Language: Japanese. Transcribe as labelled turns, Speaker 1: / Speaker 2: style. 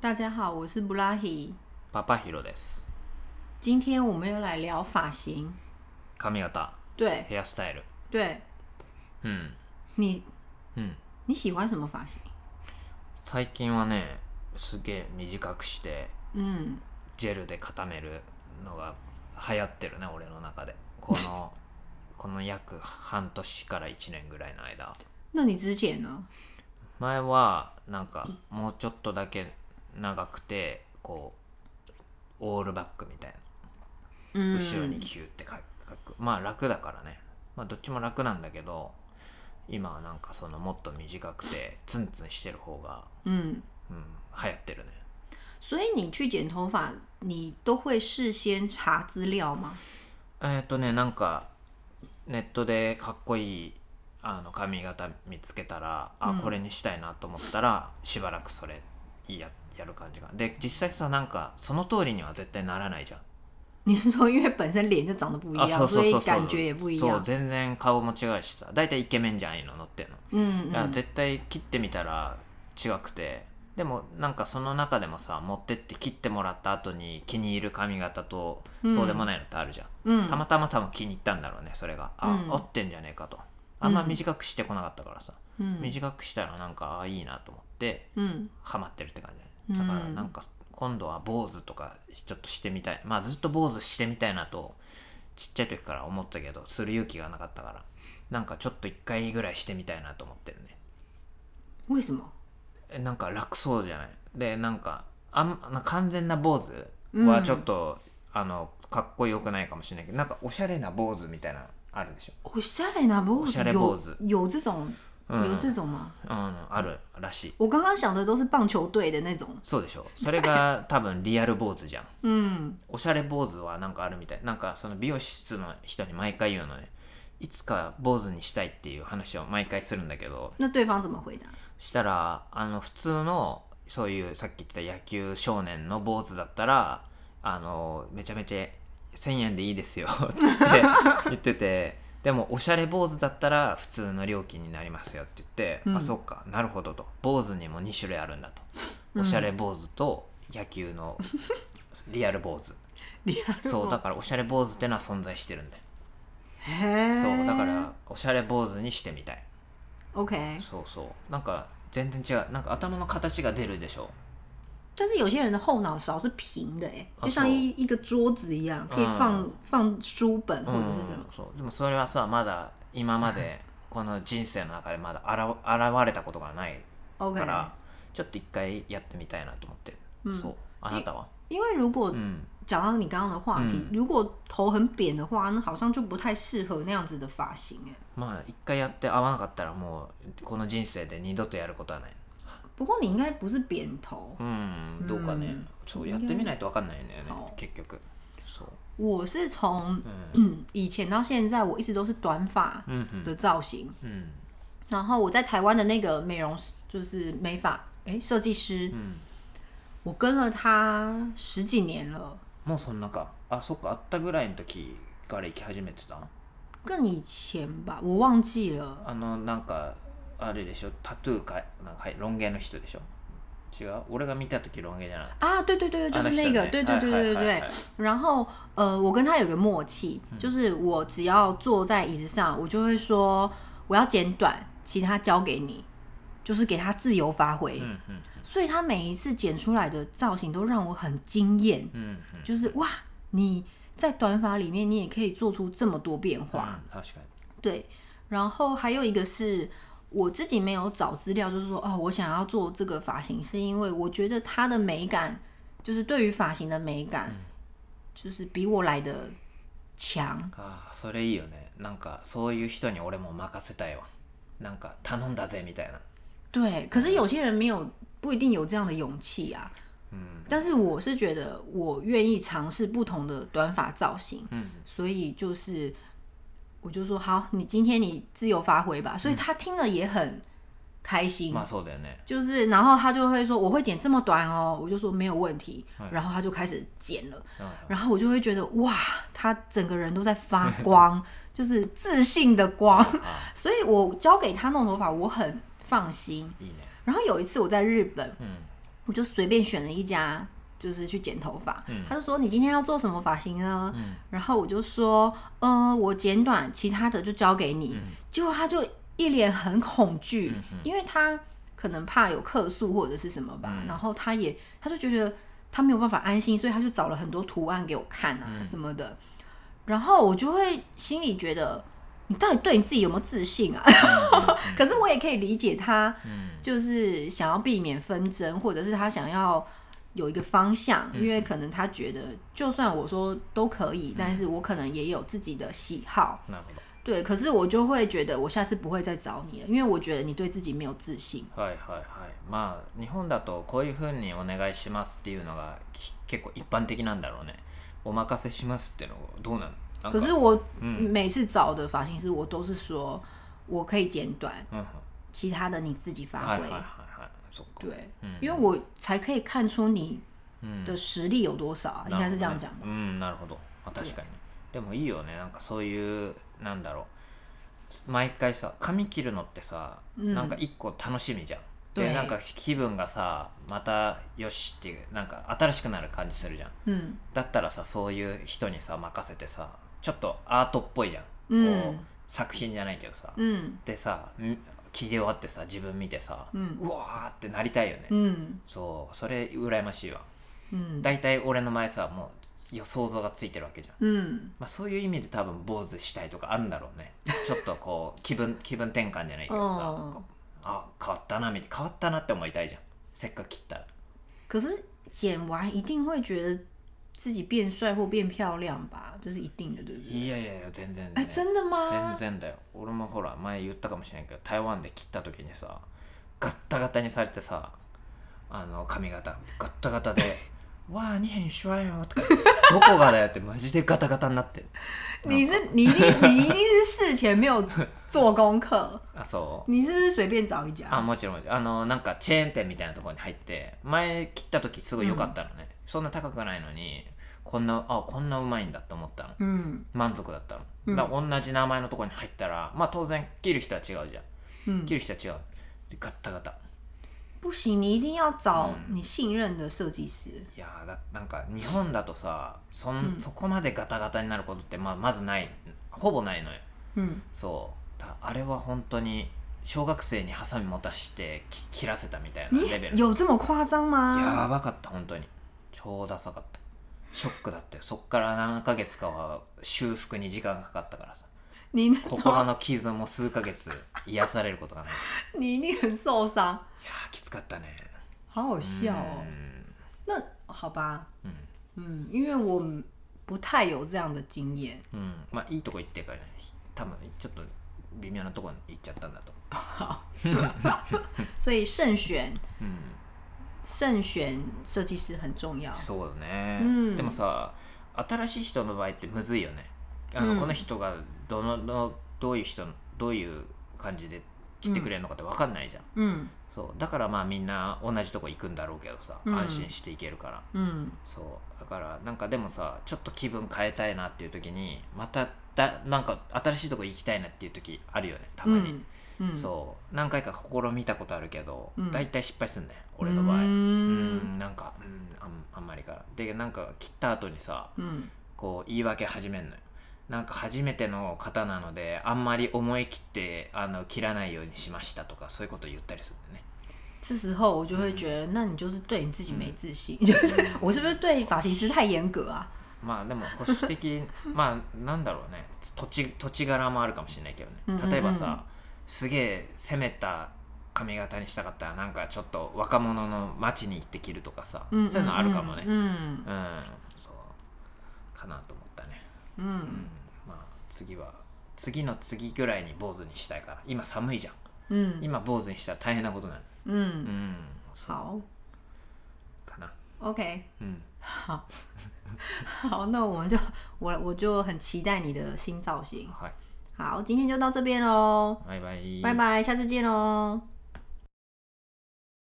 Speaker 1: 大家好，我是布拉希。
Speaker 2: パパヒロです。
Speaker 1: 今天我们要来聊发型。
Speaker 2: 髪型、
Speaker 1: 对
Speaker 2: ヘアスタイル。
Speaker 1: 对，
Speaker 2: うん。
Speaker 1: 你
Speaker 2: うん。
Speaker 1: 你喜欢什么发型？
Speaker 2: 最近はね、すげえ短くして、
Speaker 1: 嗯，
Speaker 2: ジェルで固めるのが流行ってるね、俺の中で。こ の、この約半年から1年ぐらいの間。
Speaker 1: 那你之前呢？
Speaker 2: 前は、なんか、もうちょっとだけ長くて、こう、オールバックみたいな。
Speaker 1: 嗯
Speaker 2: 後ろにキューって書くまあ楽だからねまあどっちも楽なんだけど今はなんかそのもっと短くてツンツンしてる方が、
Speaker 1: 嗯，
Speaker 2: うん、流行ってるね
Speaker 1: 所以你去剪头发，你都会事先查资料吗？
Speaker 2: えーっ、とねなんかネットでかっこいいあの髪型見つけたらあこれにしたいなと思ったら、しばらくそれややる感じがで実際さなんかその通りには絶対ならないじゃん
Speaker 1: 你是说因为本身脸就长得不一
Speaker 2: あそ
Speaker 1: 样，
Speaker 2: うそ
Speaker 1: 所
Speaker 2: う
Speaker 1: 以
Speaker 2: そうそう
Speaker 1: 感觉也不一
Speaker 2: そう
Speaker 1: 样？
Speaker 2: 全然顔も違うしさ大体イケメンじゃんいいの乗ってんの
Speaker 1: 嗯
Speaker 2: いや絶対切ってみたら違くてでもなんかその中でもさ持ってって切ってもらった後に気に入る髪型とそうでもないのってあるじゃん、
Speaker 1: 嗯
Speaker 2: たまたま多分気に入ったんだろうねそれがあ、
Speaker 1: うん
Speaker 2: 合ってんじゃねえかとあんま短くしてこなかったからさ、
Speaker 1: 嗯
Speaker 2: 短くしたらなんかあいいなと思って
Speaker 1: 嗯
Speaker 2: ハマってるって感じだねだからなんか今度は坊主とかちょっとしてみたいまあずっと坊主してみたいなとちっちゃい時から思ったけどする勇気がなかったからなんかちょっと一回ぐらいしてみたいなと思ってるね
Speaker 1: 为什么？
Speaker 2: えなんか楽そうじゃないでなんかあんな完全な坊主はちょっと、あのかっこよくないかもしれないけどなんかおしゃれな坊主みたいなのあるでしょ、
Speaker 1: 我下来拿脖
Speaker 2: 我
Speaker 1: 子
Speaker 2: 下来脖
Speaker 1: 有
Speaker 2: 子
Speaker 1: 有这种
Speaker 2: 嗯
Speaker 1: 有这种吗？
Speaker 2: うん、あるらしい
Speaker 1: 我刚刚想的都是棒球队的那种。
Speaker 2: そうでしょそれ が多分リアル坊主じゃん
Speaker 1: 嗯
Speaker 2: おしゃれ坊主はなんかあるみたいなんかその美容室の人に毎回言うのねいつか坊主にしたいっていう話を毎回するんだけど
Speaker 1: 那对方怎么回答？
Speaker 2: したらあの普通のそういうさっき言った野球少年の坊主だったらあのめちゃめちゃ1000円でいいですよ っつって言っててでもおしゃれ坊主だったら普通の料金になりますよって言って、
Speaker 1: うん
Speaker 2: あそっかなるほどと坊主にも2種類あるんだとおしゃれ坊主と野球のリアル坊主
Speaker 1: リアル
Speaker 2: そうだからおしゃれ坊主ってのは存在してるんだよ
Speaker 1: へえ
Speaker 2: そうだからおしゃれ坊主にしてみたい
Speaker 1: OK，
Speaker 2: そうそうなんか全然違うなんか頭の形が出るでしょ
Speaker 1: 但是有些人的后脑勺是平的、欸，
Speaker 2: 啊
Speaker 1: 就像一一个桌子一样，可以放、放书本或者是什么。
Speaker 2: うんそうでもそれはさまだ今までこの人生の中でまだあら現れたことがない
Speaker 1: OK，
Speaker 2: からちょっと一回やってみたいなと思ってる、そうあなたは
Speaker 1: 因为如果
Speaker 2: うん
Speaker 1: 讲到你刚刚的话题，如果头很扁的话，那好像就不太适合那样子的发型、欸。
Speaker 2: まあ一回やって合わなかったらもうこの人生で二度とやることはない
Speaker 1: 不过你应该不是扁头，
Speaker 2: うんどうかね、
Speaker 1: うん
Speaker 2: そうやってみないと分かんないんだよね
Speaker 1: 好
Speaker 2: 結局そう
Speaker 1: 我是从、
Speaker 2: 嗯
Speaker 1: 以前到现在，我一直都是短发
Speaker 2: うんうん
Speaker 1: 的造型。
Speaker 2: うん
Speaker 1: 然后我在台湾的那个美容师，就是美发诶设计师，
Speaker 2: 嗯
Speaker 1: 我跟了他十几年了，
Speaker 2: もうそんなかあそっかあったぐらいの時から行き始めてた
Speaker 1: 更以前吧，我忘记了。
Speaker 2: あのなんかあれでしょタトゥーかなんかはいロン毛の人でしょ違う俺が見た時ロン毛じゃない
Speaker 1: 啊，对对对，就是那个，
Speaker 2: 啊
Speaker 1: 对
Speaker 2: 那
Speaker 1: 对对
Speaker 2: 是人哎
Speaker 1: 对对对
Speaker 2: 哎哎嗯哎。
Speaker 1: 然后呃，我跟他有个默契，就是我只要坐在椅子上，我就会说我要剪短，其他交给你，就是给他自由发挥
Speaker 2: う。んうん
Speaker 1: 所以他每一次剪出来的造型都让我很惊艳。
Speaker 2: うんうん
Speaker 1: 就是哇，你在短发里面你也可以做出这么多变化，
Speaker 2: うん確かに
Speaker 1: 对。然后还有一个是我自己没有找资料，就是说哦，我想要做这个发型，是因为我觉得它的美感，就是对于发型的美感，就是比我来的强。
Speaker 2: ああそれいいよねなんかそういう人に俺も任せたいわなんか頼んだぜみたいな
Speaker 1: 对，可是有些人没有，不一定有这样的勇气啊。
Speaker 2: うん
Speaker 1: 但是我是觉得我愿意尝试不同的短发造型，
Speaker 2: 嗯，
Speaker 1: 所以就是我就说好，你今天你自由发挥吧。所以他听了也很开心，
Speaker 2: まあそうだよね
Speaker 1: 就是然后他就会说我会剪这么短哦，我就说没有问题，然后他就开始剪了，
Speaker 2: うん
Speaker 1: 然后我就会觉得哇，他整个人都在发光，就是自信的光，所以我交给他弄头发我很放心。
Speaker 2: いいね
Speaker 1: 然后有一次我在日本，
Speaker 2: 嗯
Speaker 1: 我就随便选了一家，就是去剪头发。
Speaker 2: 嗯
Speaker 1: 他就说你今天要做什么发型呢？
Speaker 2: 嗯
Speaker 1: 然后我就说，呃，我剪短，其他的就交给你。
Speaker 2: 嗯
Speaker 1: 结果他就一脸很恐惧，因为他可能怕有客诉或者是什么吧。
Speaker 2: 嗯
Speaker 1: 然后他也，他就觉得他没有办法安心，所以他就找了很多图案给我看啊
Speaker 2: 嗯
Speaker 1: 什么的。然后我就会心里觉得，你到底对你自己有没有自信
Speaker 2: 嗯
Speaker 1: 啊？ 可是我也可以理解他，就是想要避免纷争，或者是他想要有一个方向，因为可能他觉得，就算我说都可以，但是我可能也有自己的喜好，
Speaker 2: なるほ
Speaker 1: 对。可是我就会觉得，我下次不会再找你了，因为我觉得你对自己没有自信。
Speaker 2: どはいはいはいまあ日本だとこういうふうにお願いしますっていうのがき結構一般的なんだろうねお任せしますっていうのはどうなのなん
Speaker 1: 可
Speaker 2: か
Speaker 1: 是我每次找的发型师，我都是说我可以剪短，
Speaker 2: うんうん
Speaker 1: 其他的你自己发
Speaker 2: はい
Speaker 1: 挥
Speaker 2: はい。はいはいそっか
Speaker 1: 对，因为我才可以看出你的实力有多少啊，应该是这样讲吧。
Speaker 2: うんなるほど、まあ、確かにでもいいよねなんかそういうなんだろう毎回さ髪切るのってさ、なんか一個楽しみじゃん
Speaker 1: は
Speaker 2: で
Speaker 1: い
Speaker 2: なんか気分がさまたよしっていうなんか新しくなる感じするじゃん
Speaker 1: 嗯
Speaker 2: だったらさそういう人にさ任せてさちょっとアートっぽいじゃん、
Speaker 1: うん
Speaker 2: こう作品じゃないけどさ、
Speaker 1: 嗯
Speaker 2: でさん切り終わってさ自分見てさ、う
Speaker 1: うん
Speaker 2: わーってなりたいよね、
Speaker 1: 嗯
Speaker 2: そうそれ羨ましいわ
Speaker 1: 嗯
Speaker 2: 大体俺の前さもうよ想像がついてるわけじゃん、
Speaker 1: 嗯，
Speaker 2: まあ、そういう意味で多分坊主したいとかあるんだろうねちょっとこう気分気分転換じゃないけどさ
Speaker 1: 哦。
Speaker 2: あ変わったなみたいな変わったなって思いたいじゃんせっかく切ったら
Speaker 1: 可是剪完一定会觉得自己变帅或变漂亮吧，这是一定的，对不对？
Speaker 2: いやいやいや全然、ね、
Speaker 1: 哎，真的
Speaker 2: 全
Speaker 1: 吗？
Speaker 2: 然だよ俺もほら前言ったかもしれないけど台湾で切った時にさガッタガタにされてさあの髪型ガッタガタで「わあにへんしわよ」とか「どこがだよ」ってマジでガタガタになって
Speaker 1: 你是你一定 你一定是事前没有做功课，
Speaker 2: あそう
Speaker 1: 你是不是随便找一家？
Speaker 2: あもちろんあのなんかチェーン店みたいなところに入って前切った時すごい良かったのね、そんな高くないのにこんなあこんなうまいんだって思ったの
Speaker 1: 嗯
Speaker 2: 満足だったの、だから同じ名前のところに入ったらまあ当然切る人は違うじゃん、
Speaker 1: 嗯
Speaker 2: 切，る人は違うでガッタガタ
Speaker 1: 不行，你一定要找你信任的设计师。
Speaker 2: いやーだなんか日本だとさそん、そこまでガタガタになることって、まあ、まずないほぼないのよ
Speaker 1: 嗯
Speaker 2: そうだあれは本当に小学生にハサミ持たしてき切らせたみたいな
Speaker 1: 嗯你
Speaker 2: レベル
Speaker 1: 有这么夸张
Speaker 2: や
Speaker 1: 吗？
Speaker 2: ばかった本当に超ダサかったショックだってそっから何ヶ月かは修復に時間がかかったからさ
Speaker 1: 你那时候
Speaker 2: 心の傷も数ヶ月癒されることが ないい
Speaker 1: 你一定很受伤，
Speaker 2: やーきつかったね
Speaker 1: 好好笑哦。
Speaker 2: うん
Speaker 1: 那好吧，嗯因为我不太有这样的经验。
Speaker 2: うんまあいいとこ行ってるからね多分ちょっと微妙なとこに行っちゃったんだと思
Speaker 1: 所以慎选
Speaker 2: う、うん
Speaker 1: 慎选设计师很重要。
Speaker 2: そうだね、
Speaker 1: うん
Speaker 2: でもさ新しい人の場合ってむずいよねあの、
Speaker 1: うん
Speaker 2: この人がどののどういう人どういう感じで来てくれるのかって分かんないじゃん、
Speaker 1: 嗯
Speaker 2: そうだからまあみんな同じとこ行くんだろうけどさ、
Speaker 1: うん
Speaker 2: 安心して行けるから
Speaker 1: 嗯
Speaker 2: そうだからなんかでもさちょっと気分変えたいなっていう時にまただなんか新しいとこ行きたいなっていう時あるよねたまに、
Speaker 1: 嗯嗯，
Speaker 2: そう何回か試みたことあるけど
Speaker 1: うん
Speaker 2: 大体、失敗すんね俺の場合、
Speaker 1: 嗯
Speaker 2: うんなんか、うん、あんあんまりからでなんか切った後にさ
Speaker 1: 嗯
Speaker 2: こう言い訳始めんのよなんか初めての方なのであんまり思い切ってあの切らないようにしましたとかそういうこと言ったりするんだよね
Speaker 1: 这时候我就会觉得，那你就是对你自己没自信， 就是我是不是对发型师太严格啊？
Speaker 2: まあでも保守 的まあなんだろうね土地土地柄もあるかもしれないけ
Speaker 1: うん
Speaker 2: ど
Speaker 1: うんうん
Speaker 2: ね例えばさすげえ攻めた髪型にしたかったらなんかちょっと若者の街に行って切るとかさそういうのあるかもねうん
Speaker 1: 嗯
Speaker 2: そうかなと思ったね
Speaker 1: 嗯
Speaker 2: まあ次は次の次ぐらいに坊主にしたいから今寒いじゃん
Speaker 1: 嗯
Speaker 2: 今坊主にしたら大変なことになる
Speaker 1: 嗯，
Speaker 2: うんそう
Speaker 1: 好
Speaker 2: かな
Speaker 1: ，OK，
Speaker 2: うん
Speaker 1: 好，好，那我们就我我就很期待你的新造型。
Speaker 2: はい
Speaker 1: 好，今天就到这边喽，
Speaker 2: バイバイ
Speaker 1: 拜拜，下次见喽。